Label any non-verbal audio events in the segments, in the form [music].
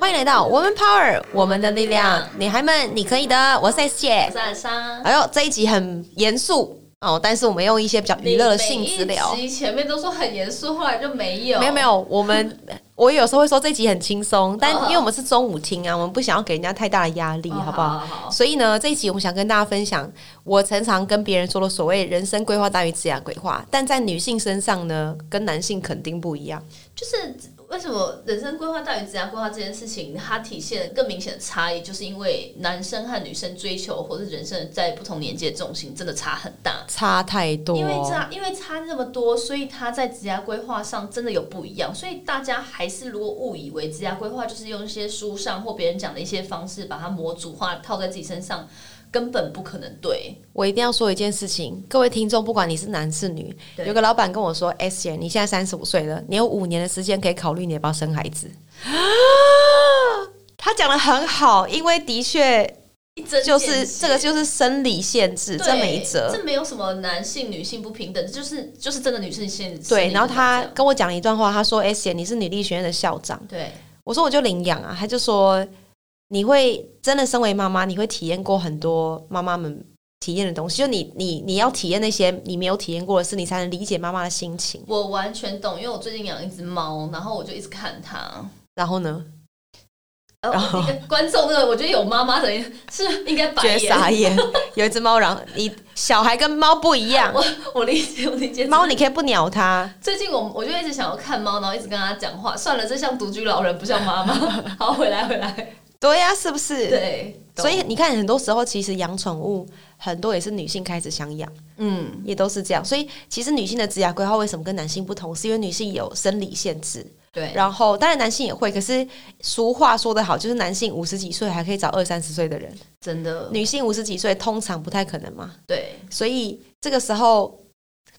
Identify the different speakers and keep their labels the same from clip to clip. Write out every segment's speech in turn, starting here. Speaker 1: 欢迎来到 Woman Power，我们的力量，女孩们，你可以的。我是 S
Speaker 2: 我
Speaker 1: 姐
Speaker 2: 是。安莎。
Speaker 1: 哎呦，这一集很严肃哦，但是我们用一些比较娱乐的性质聊
Speaker 2: 你。每一集前面都说很严肃，后来就没有，
Speaker 1: 没有没，有，我们 [laughs] 我有时候会说这一集很轻松，但
Speaker 2: 哦
Speaker 1: 因为我们是中午听啊，我们不想要给人家太大的压力，
Speaker 2: 哦
Speaker 1: 好不好？
Speaker 2: 好好
Speaker 1: 所以呢，这一集我们想跟大家分享，我常常跟别人说的所谓人生规划大于职业规划，但在女性身上呢，跟男性肯定不一样。
Speaker 2: 就是为什么人生规划大于职业规划这件事情，它体现更明显的差异，就是因为男生和女生追求或是人生在不同年纪的重心真的差很大。
Speaker 1: 差太多，
Speaker 2: 因为差，因为差那么多，所以他在职业规划上真的有不一样。所以大家还是如果误以为职业规划就是用一些书上或别人讲的一些方式把它模组化套在自己身上，根本不可能对。
Speaker 1: 我一定要说一件事情，各位听众，不管你是男是女，
Speaker 2: 对
Speaker 1: 有个老板跟我说：“S 姐，你现在三十五岁了，你有五年的时间可以考虑你要不要生孩
Speaker 2: [gasps]
Speaker 1: 子。”他讲的很好，因为的确
Speaker 2: 一针
Speaker 1: 就是
Speaker 2: 见血
Speaker 1: 这个就是生理限制，
Speaker 2: 对
Speaker 1: 这没辙。
Speaker 2: 这没有什么男性女性不平等，就是就是真的女性限制。
Speaker 1: 对，然后他
Speaker 2: 这样
Speaker 1: 跟我讲了一段话，他说：“S 姐，你是女力学院的校长。”
Speaker 2: 对
Speaker 1: 我说我就领养啊，他就说你会真的身为妈妈，你会体验过很多妈妈们体验的东西，就你你你要体验那些你没有体验过的事，你才能理解妈妈的心情。
Speaker 2: 我完全懂，因为我最近养一只猫，然后我就一直看它。
Speaker 1: 然后呢，
Speaker 2: 然
Speaker 1: 然后
Speaker 2: 后观众那个，我觉得有妈妈的是应该白
Speaker 1: 哦觉得
Speaker 2: 眼
Speaker 1: 傻眼， [laughs] 有一只猫，然后你小孩跟猫不一样，
Speaker 2: 我我理解，我理解。
Speaker 1: 猫你可以不鸟它，
Speaker 2: 最近我我就一直想要看猫，然后一直跟它讲话。算了，这像独居老人，不像
Speaker 1: [laughs]
Speaker 2: 妈妈。好，回来回来。
Speaker 1: 对呀、是不是？
Speaker 2: 对，懂
Speaker 1: 所以你看，很多时候其实养宠物很多也是女性开始想养。
Speaker 2: 嗯，
Speaker 1: 也都是这样。所以其实女性的职涯规划为什么跟男性不同，是因为女性有生理限制。
Speaker 2: 对
Speaker 1: 然后当然男性也会，可是俗话说得好，就是男性五十几岁还可以找二三十岁的人，
Speaker 2: 真的
Speaker 1: 女性五十几岁通常不太可能嘛。
Speaker 2: 对，
Speaker 1: 所以这个时候。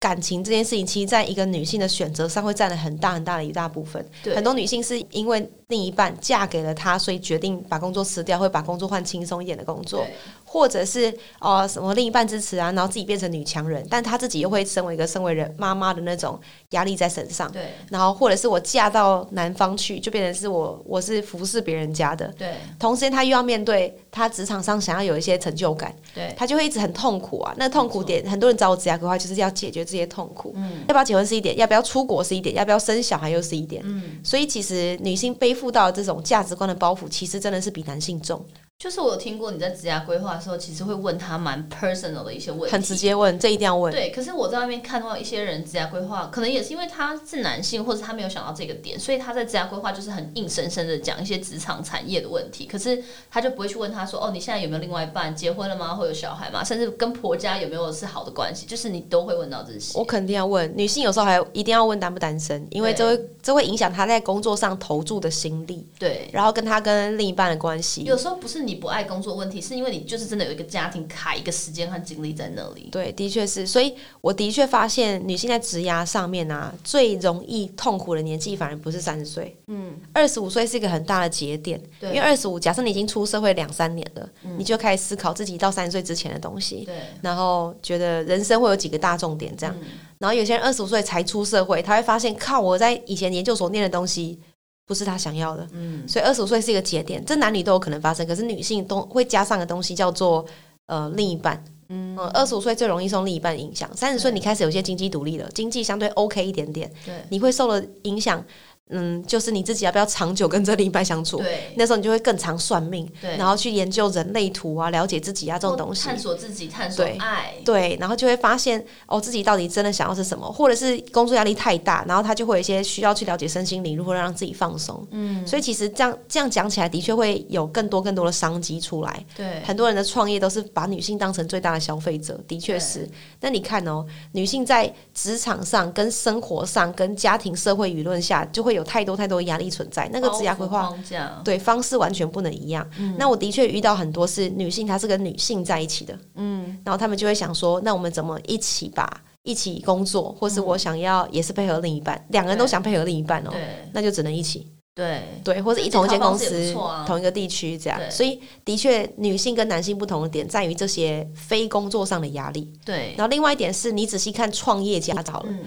Speaker 1: 感情这件事情，其实在一个女性的选择上会占了很大很大的一大部分。
Speaker 2: 对
Speaker 1: 很多女性是因为另一半嫁给了他，所以决定把工作辞掉，会把工作换轻松一点的工作。
Speaker 2: 对
Speaker 1: 或者是呃什么另一半支持啊，然后自己变成女强人，但她自己又会身为一个身为人妈妈的那种压力在身上。
Speaker 2: 对
Speaker 1: 然后或者是我嫁到南方去，就变成是我我是服侍别人家的，
Speaker 2: 对
Speaker 1: 同时间她又要面对她职场上想要有一些成就感，
Speaker 2: 对，
Speaker 1: 她就会一直很痛苦啊。那痛苦点，很多人找我职业规划就是要解决这些痛苦。
Speaker 2: 嗯
Speaker 1: 要不要结婚是一点，要不要出国是一点，要不要生小孩又是一点。
Speaker 2: 嗯。
Speaker 1: 所以其实女性背负到这种价值观的包袱，其实真的是比男性重。
Speaker 2: 就是我有听过你在职业规划的时候，其实会问他蛮 personal 的一些问题，
Speaker 1: 很直。接问，这一定要问。
Speaker 2: 对，可是我在外面看到一些人职业规划，可能也是因为他是男性，或者他没有想到这个点，所以他在职业规划就是很硬生生的讲一些职场产业的问题。可是他就不会去问他说：“哦，你现在有没有另外一半？结婚了吗？会有小孩吗？甚至跟婆家有没有是好的关系？”就是你都会问到这些
Speaker 1: 我。肯定要问女性，有时候还一定要问单不单身，因为这会这会影响她在工作上投注的心力，
Speaker 2: 对，
Speaker 1: 然后跟她跟另一半的关系。
Speaker 2: 有时候不是你不爱工作问题，是因为你就是真的有一个家庭卡一个时间和精力在那里。
Speaker 1: 对，的确是，所以我的确发现女性在职涯上面啊，最容易痛苦的年纪反而不是三十岁，
Speaker 2: 嗯，
Speaker 1: 二十五岁是一个很大的节点，因为
Speaker 2: 对嗯
Speaker 1: 二十五，假设你已经出社会两三年了，你就开始思考自己到三十岁之前的东西，
Speaker 2: 对，
Speaker 1: 然后觉得人生会有几个大重点这
Speaker 2: 嗯
Speaker 1: 样。然后有些人二十五岁才出社会，他会发现靠我在以前研究所念的东西不是他想要的，
Speaker 2: 嗯，
Speaker 1: 所以二十五岁是一个节点，这男女都有可能发生，可是女性都会加上个东西叫做。呃，另一半，嗯，二十五岁最容易受另一半影响，三十岁
Speaker 2: 对
Speaker 1: 你开始有些经济独立了，经济相对 OK 一点点，
Speaker 2: 对
Speaker 1: 你会受了影响，嗯，就是你自己要不要长久跟这另一半相处，
Speaker 2: 对。
Speaker 1: 那时候你就会更常算命，
Speaker 2: 对
Speaker 1: 然后去研究人类图啊，了解自己啊这种
Speaker 2: 或
Speaker 1: 东西，
Speaker 2: 探索自己，探索
Speaker 1: 对
Speaker 2: 爱，
Speaker 1: 对，然后就会发现哦，自己到底真的想要是什么，或者是工作压力太大，然后他就会有一些需要去了解身心灵如何让自己放松。
Speaker 2: 嗯，
Speaker 1: 所以其实这样这样讲起来，的确会有更多更多的商机出来。
Speaker 2: 对，
Speaker 1: 很多人的创业都是把女性当成最大的消费者，的确是。那你看哦，女性在职场上、跟生活上、跟家庭、社会舆论下，就会有太多太多压力存在。那个
Speaker 2: 哦
Speaker 1: 职业规划
Speaker 2: 包袱框架，
Speaker 1: 对方式完全不能一样。那我的确遇到很多是女性，她是跟女性在一起的，嗯，然后他们就会想说，那我们怎么一起吧，一起工作，或是我想要也是配合另一半，两个人都想配合另一半哦，
Speaker 2: 嗯对
Speaker 1: 那就只能一起，
Speaker 2: 对
Speaker 1: 对，或者
Speaker 2: 这
Speaker 1: 一同一间
Speaker 2: 这套
Speaker 1: 公
Speaker 2: 方式也
Speaker 1: 司
Speaker 2: 不错、啊
Speaker 1: 同一个地区这样。
Speaker 2: 对
Speaker 1: 所以的确，女性跟男性不同的点在于这些非工作上的压力。
Speaker 2: 对，
Speaker 1: 然后另外一点是你仔细看创业家就好了，
Speaker 2: 嗯，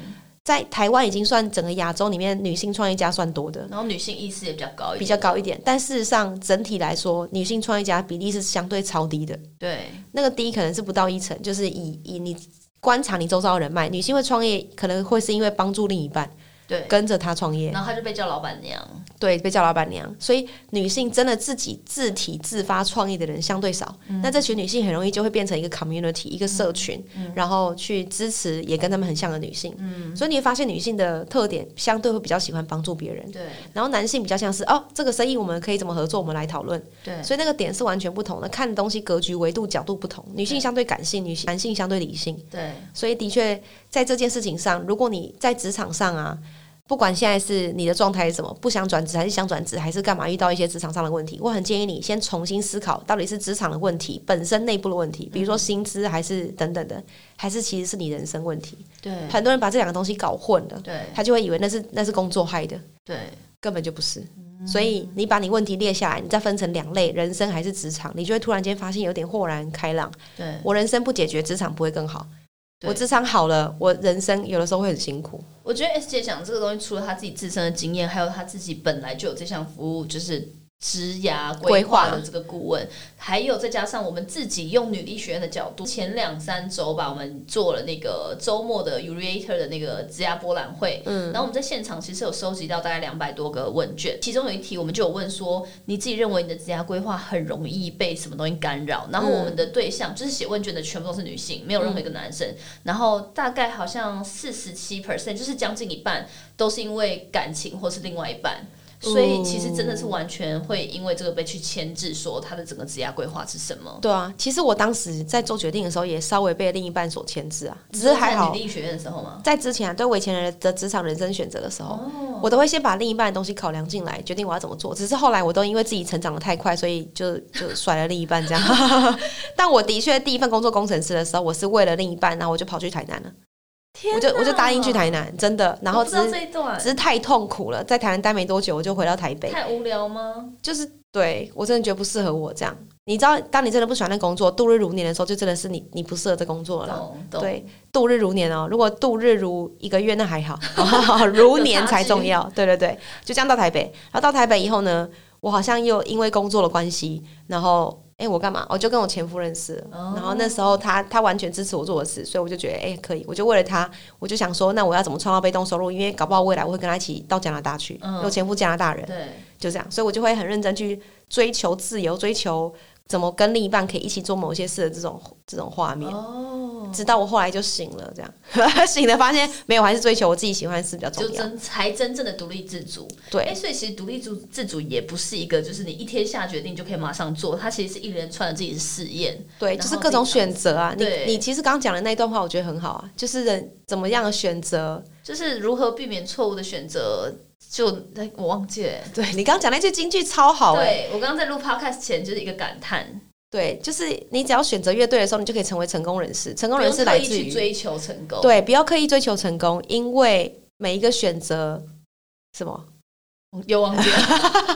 Speaker 1: 在台湾已经算整个亚洲里面女性创业家算多的，
Speaker 2: 然后女性意识也比较高一点，
Speaker 1: 比较高一点。但事实上，整体来说，女性创业家比例是相对超低的。
Speaker 2: 对，
Speaker 1: 那个低可能是不到一成，就是以以你观察你周遭的人脉，女性会创业可能会是因为帮助另一半
Speaker 2: 对，
Speaker 1: 跟着她创业，
Speaker 2: 然后她就被叫老板娘，
Speaker 1: 对，被叫老板娘。所以女性真的自己自体自发创业的人相对少，那这群女性很容易就会变成一个 community 一个社群，然后去支持也跟她们很像的女性。所以你会发现女性的特点相对会比较喜欢帮助别人，
Speaker 2: 对
Speaker 1: 然后男性比较像是哦，这个生意我们可以怎么合作，我们来讨论。
Speaker 2: 对
Speaker 1: 所以那个点是完全不同的，看的东西格局、维度、角度不同。女性相对感性，女性男性相对理性。
Speaker 2: 对，
Speaker 1: 所以的确，在这件事情上，如果你在职场上啊，不管现在是你的状态是什么，不想转职还是想转职，还是干嘛遇到一些职场上的问题，我很建议你先重新思考，到底是职场的问题本身内部的问题，比如说薪资还是等等的，还是其实是你人生问题。
Speaker 2: 对
Speaker 1: 很多人把这两个东西搞混了，
Speaker 2: 对
Speaker 1: 他就会以为那是那是工作害的。
Speaker 2: 对
Speaker 1: 根本就不是。所以你把你问题列下来，你再分成两类，人生还是职场，你就会突然间发现有点豁然开朗。
Speaker 2: 对，
Speaker 1: 我人生不解决，职场不会更好。
Speaker 2: 对
Speaker 1: 我职场好了，我人生有的时候会很辛苦。
Speaker 2: 我觉得 S 姐讲这个东西，除了她自己自身的经验，还有她自己本来就有这项服务，就是。职涯规划的这个顾问，还有再加上我们自己用女力学院的角度，前两三周吧，我们做了那个周末的 Urator 的那个职涯博览会，然后我们在现场其实有收集到大概两百多个问卷，其中有一题我们就有问说，你自己认为你的职业规划很容易被什么东西干扰？然后我们的对象、就是写问卷的全部都是女性，没有任何一个男生。然后大概好像四十七 percent，就是将近一半都是因为感情或是另外一半。
Speaker 1: 哦
Speaker 2: 所以其实真的是完全会因为这个被去牵制，说他的整个职业规划是什么。
Speaker 1: 对啊，其实我当时在做决定的时候，也稍微被另一半所牵制啊，只是还
Speaker 2: 在
Speaker 1: 好
Speaker 2: 女力学院的时候吗？
Speaker 1: 在之前啊，对我以前人的职场人生选择的时候，我都会先把另一半的东西考量进来，决定我要怎么做。只是后来我都因为自己成长的太快，所以就就甩了另一半这
Speaker 2: [laughs]
Speaker 1: 样。但我的确第一份工作工程师的时候，我是为了另一半，然后我就跑去台南了，
Speaker 2: 天
Speaker 1: 我就我就答应去
Speaker 2: 哪，
Speaker 1: 台南，真的。然后
Speaker 2: 我不
Speaker 1: 只
Speaker 2: 知道
Speaker 1: 是
Speaker 2: 这一段
Speaker 1: 只是太痛苦了，在台南待没多久，我就回到台北。
Speaker 2: 太无聊吗？
Speaker 1: 就是对我真的觉得不适合我这样。你知道，当你真的不喜欢那工作，度日如年的时候，就真的是你你不适合这工作了啦。
Speaker 2: 懂懂。
Speaker 1: 对，度日如年哦。如果度日如一个月，那还好， [laughs] 如年才重要。对对对，就这样到台北。然后到台北以后呢，我好像又因为工作的关系，然后哎、诶我干嘛？我就跟我前夫认识了。
Speaker 2: 哦
Speaker 1: 然后那时候他他完全支持我做的事，所以我就觉得哎、诶可以。我就为了他，我就想说，那我要怎么创造被动收入？因为搞不好未来我会跟他一起到加拿大去，
Speaker 2: 嗯
Speaker 1: 因为我前夫加拿大人。
Speaker 2: 对
Speaker 1: 就这样，所以我就会很认真去追求自由，追求怎么跟另一半可以一起做某些事的这种这种画面。
Speaker 2: 哦，
Speaker 1: 直到我后来就醒了，这样 [laughs] 醒了发现没有，我还是追求我自己喜欢的事比较重
Speaker 2: 就
Speaker 1: 要。
Speaker 2: 真才真正的独立自主。哎、
Speaker 1: 对
Speaker 2: 所以其实独立自自主也不是一个，就是你一天下决定就可以马上做，它其实是一连串的自己的试验。
Speaker 1: 对，
Speaker 2: 然
Speaker 1: 就
Speaker 2: 后
Speaker 1: 是各种选择啊。你
Speaker 2: 对
Speaker 1: 你其实刚刚讲的那一段话，我觉得很好啊，就是人怎么样的选择。
Speaker 2: 就是如何避免错误的选择，就哎我忘记了。
Speaker 1: 对你刚刚讲那句金句超好哎、
Speaker 2: 对我刚刚在录 podcast 前就是一个感叹，
Speaker 1: 对，就是你只要选择乐队的时候，你就可以成为成功人士。成功
Speaker 2: 不
Speaker 1: 人
Speaker 2: 用
Speaker 1: 士
Speaker 2: 特
Speaker 1: 来
Speaker 2: 意
Speaker 1: 自于
Speaker 2: 去追求成功。
Speaker 1: 对，不要刻意追求成功，因为每一个选择什么
Speaker 2: 又忘
Speaker 1: [laughs]
Speaker 2: 记了，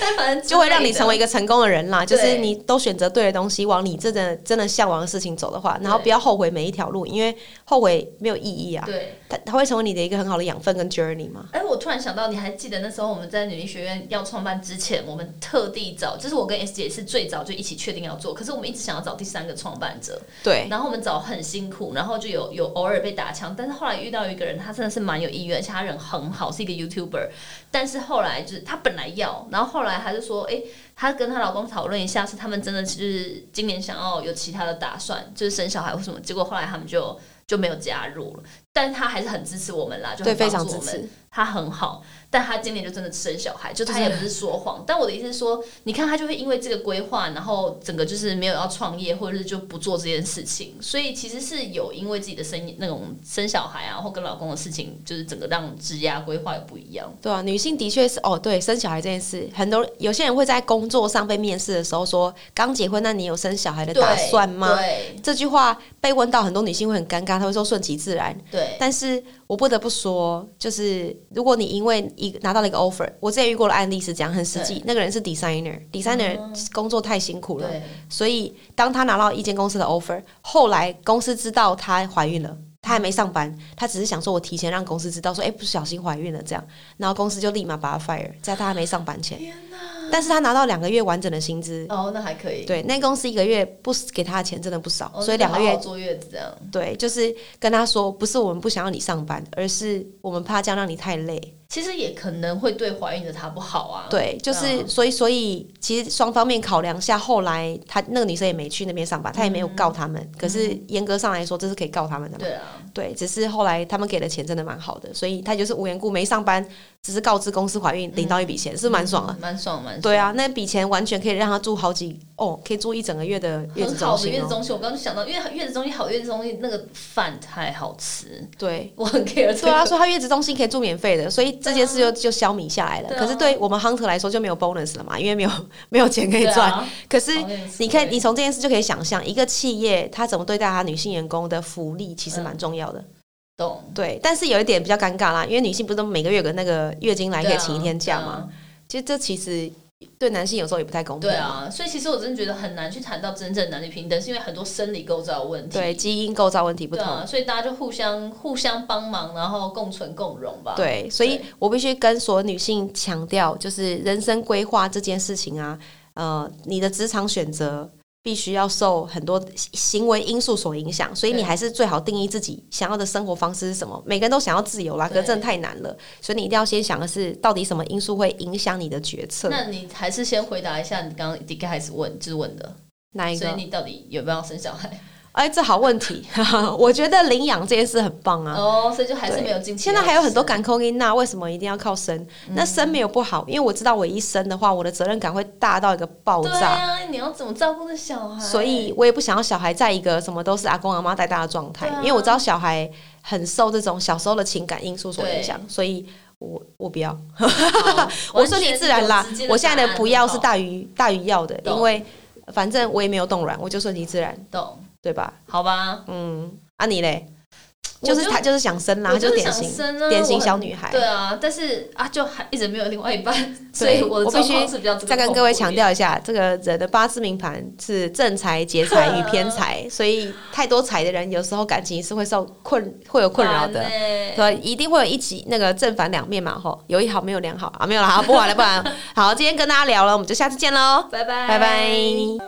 Speaker 2: 但反正之类的
Speaker 1: 就会让你成为一个成功的人啦。就
Speaker 2: 对
Speaker 1: 是你都选择对的东西，往你真的真的向往的事情走的话，然后
Speaker 2: 对
Speaker 1: 不要后悔每一条路，因为后悔没有意义啊。
Speaker 2: 对。
Speaker 1: 它它会成为你的一个很好的养分跟 journey 嘛。
Speaker 2: 哎，我突然想到，你还记得那时候我们在女力学院要创办之前，我们特地找，就是我跟 S 姐是最早就一起确定要做，可是我们一直想要找第三个创办者，
Speaker 1: 对
Speaker 2: 然后我们找很辛苦，然后就有有偶尔被打枪，但是后来遇到一个人，他真的是蛮有意愿，而且他人很好，是一个 YouTuber，但是后来就是他本来要，然后后来他就说，哎、她跟她老公讨论一下，是他们真的是今年想要有其他的打算，就是生小孩或什么，结果后来他们就就没有加入了，但他还是很支持我们啦，就
Speaker 1: 对，
Speaker 2: 很
Speaker 1: 非
Speaker 2: 帮
Speaker 1: 常
Speaker 2: 助
Speaker 1: 支
Speaker 2: 我们。
Speaker 1: 持。
Speaker 2: 他很好，但他今年就真的生小孩，就他也不是说谎。但我的意思是说，你看他就会因为这个规划，然后整个就是没有要创业，或者是就不做这件事情。所以其实是有因为自己的生那种生小孩啊，或跟老公的事情，就是整个让职业规划也不一样。
Speaker 1: 对啊，女性的确是哦，对，生小孩这件事，很多有些人会在工作上被面试的时候说，刚结婚，那你有生小孩的打
Speaker 2: 对
Speaker 1: 算吗？
Speaker 2: 对
Speaker 1: 这句话被问到，很多女性会很尴尬，她会说顺其自然。
Speaker 2: 对
Speaker 1: 但是我不得不说，就是如果你因为一拿到了一个 offer，我之前遇过的案例是这样，很实际。那个人是 designer，designer 工作太辛苦了，
Speaker 2: 哦对
Speaker 1: 所以当他拿到一间公司的 offer，后来公司知道她怀孕了，她还没上班，她只是想说我提前让公司知道说，哎、不小心怀孕了这样，然后公司就立马把她 fire，在她还没上班前。
Speaker 2: 天哪！
Speaker 1: 但是她拿到两个月完整的薪资，
Speaker 2: 哦，那还可以。
Speaker 1: 对，那公司一个月不给她的钱真的不少，
Speaker 2: 哦，
Speaker 1: 所以两个月
Speaker 2: 好好坐月子这样。
Speaker 1: 对，就是跟他说，不是我们不想要你上班，而是我们怕这样让你太累。
Speaker 2: 其实也可能会对怀孕的她不好啊。
Speaker 1: 对，就是、
Speaker 2: 对啊
Speaker 1: 所以所以其实双方面考量下，后来他那个女生也没去那边上班，她也没
Speaker 2: 嗯
Speaker 1: 有告他们。可是严格上来说，这是可以告他们的嘛？
Speaker 2: 对啊，
Speaker 1: 对，只是后来他们给的钱真的蛮好的，所以她就是无缘故没上班，只是告知公司怀孕，领到一笔钱，是蛮爽的。
Speaker 2: 嗯，蛮爽，蛮爽
Speaker 1: 对啊，那笔钱完全可以让她住好几哦，可以住一整个月的月子
Speaker 2: 很
Speaker 1: 中
Speaker 2: 好的
Speaker 1: 心、
Speaker 2: 月子
Speaker 1: 哦。
Speaker 2: 中心，我刚刚就想到，因为月子中心好，月子中心那个饭太好吃，
Speaker 1: 对，
Speaker 2: 我很 care 这
Speaker 1: 对啊，
Speaker 2: 个。
Speaker 1: 说他月子中心可以住免费的，所以这件事就就消弭下来了。
Speaker 2: 啊对啊
Speaker 1: 可是对我们 hunter 来说就没有 bonus 了嘛，因为没有没有钱可以
Speaker 2: 对啊
Speaker 1: 赚。可是
Speaker 2: 好像是
Speaker 1: 你看，你从这件事就可以想象，一个企业它怎么对待它女性员工的福利，其
Speaker 2: 嗯
Speaker 1: 实蛮重要的。
Speaker 2: 懂，
Speaker 1: 对，但是有一点比较尴尬啦，因为女性不是都每个月有个那个月经来可
Speaker 2: 对
Speaker 1: 以
Speaker 2: 啊
Speaker 1: 请一天假吗？？其实这其实对男性有时候也不太公平。
Speaker 2: 对啊，对啊所以其实我真的觉得很难去谈到真正男女平等，是因为很多生理构造的问题。
Speaker 1: 对，基因构造问题不
Speaker 2: 对
Speaker 1: 同。
Speaker 2: 啊，所以大家就互相互相帮忙，然后共存共荣吧。
Speaker 1: 对，所以
Speaker 2: 对
Speaker 1: 我必须跟所有女性强调，就是人生规划这件事情啊，呃，你的职场选择必须要受很多行行为因素所影响，所以你
Speaker 2: 对
Speaker 1: 还是最好定义自己想要的生活方式是什么。每个人都想要自由啦，可
Speaker 2: 对
Speaker 1: 是真的太难了，所以你一定要先想的是，到底什么因素会影响你的决策？
Speaker 2: 那你还是先回答一下你刚刚 D K 还是问，就是问的，
Speaker 1: 哪一
Speaker 2: 所以
Speaker 1: 个？
Speaker 2: 你到底有没有要生小孩？
Speaker 1: 哎，这好问题， [laughs] 我觉得领养这件事很棒啊。
Speaker 2: 哦，所以就还是没有进。
Speaker 1: 现在还有很多感扣因，那为什么一定要靠生？
Speaker 2: 嗯
Speaker 1: 那生没有不好，因为我知道我一生的话，我的责任感会大到一个爆
Speaker 2: 对
Speaker 1: 炸。
Speaker 2: 啊，你要怎么照顾这小孩？
Speaker 1: 所以我也不想要小孩在一个什么都是阿公阿妈带大的状态，
Speaker 2: 对啊
Speaker 1: 因为我知道小孩很受这种小时候的情感因素所影响，所以我我不要，
Speaker 2: 好，
Speaker 1: [laughs] 我顺其自然啦
Speaker 2: 完全有直接。
Speaker 1: 我现在的不要是
Speaker 2: 答
Speaker 1: 大于大于要的，
Speaker 2: 懂
Speaker 1: 因为反正我也没有冻卵，我就顺其自然，
Speaker 2: 案懂，
Speaker 1: 对吧？
Speaker 2: 好吧？
Speaker 1: 嗯，啊你嘞，
Speaker 2: 我就
Speaker 1: 就是他就是想生啦，
Speaker 2: 我
Speaker 1: 他
Speaker 2: 就是
Speaker 1: 典
Speaker 2: 想
Speaker 1: 型
Speaker 2: 生啊，
Speaker 1: 典型
Speaker 2: 我很
Speaker 1: 小女孩。
Speaker 2: 对啊，但是啊，就还一直没有另外一半，所以我的
Speaker 1: 我必
Speaker 2: 状
Speaker 1: 须
Speaker 2: 况是比较这个
Speaker 1: 再跟各位强
Speaker 2: 痛
Speaker 1: 调一下，这个人的八字命盘是正财、劫财与偏财，所以太多财的人有时候感情是会受困会有
Speaker 2: 苦
Speaker 1: 困
Speaker 2: 一点
Speaker 1: 扰的。
Speaker 2: 烦欸
Speaker 1: 对，一定会有一起那个正反两面嘛，吼，有一好没有两好啊，没有啦，好不玩了，不玩了。好，今天跟大家聊了，我们就下次见喽。
Speaker 2: 拜拜
Speaker 1: 拜拜！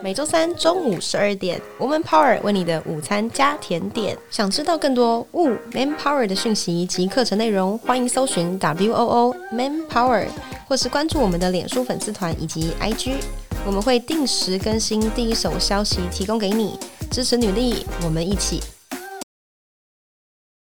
Speaker 1: 每周三中午十二点，Woman Power 为你的午餐加甜点。想知道更多 Wo Man Power 的讯息及课程内容，欢迎搜寻 W O O Man Power，或是关注我们的脸书粉丝团以及 IG。我们会定时更新第一手消息，提供给你支持女力，我们一起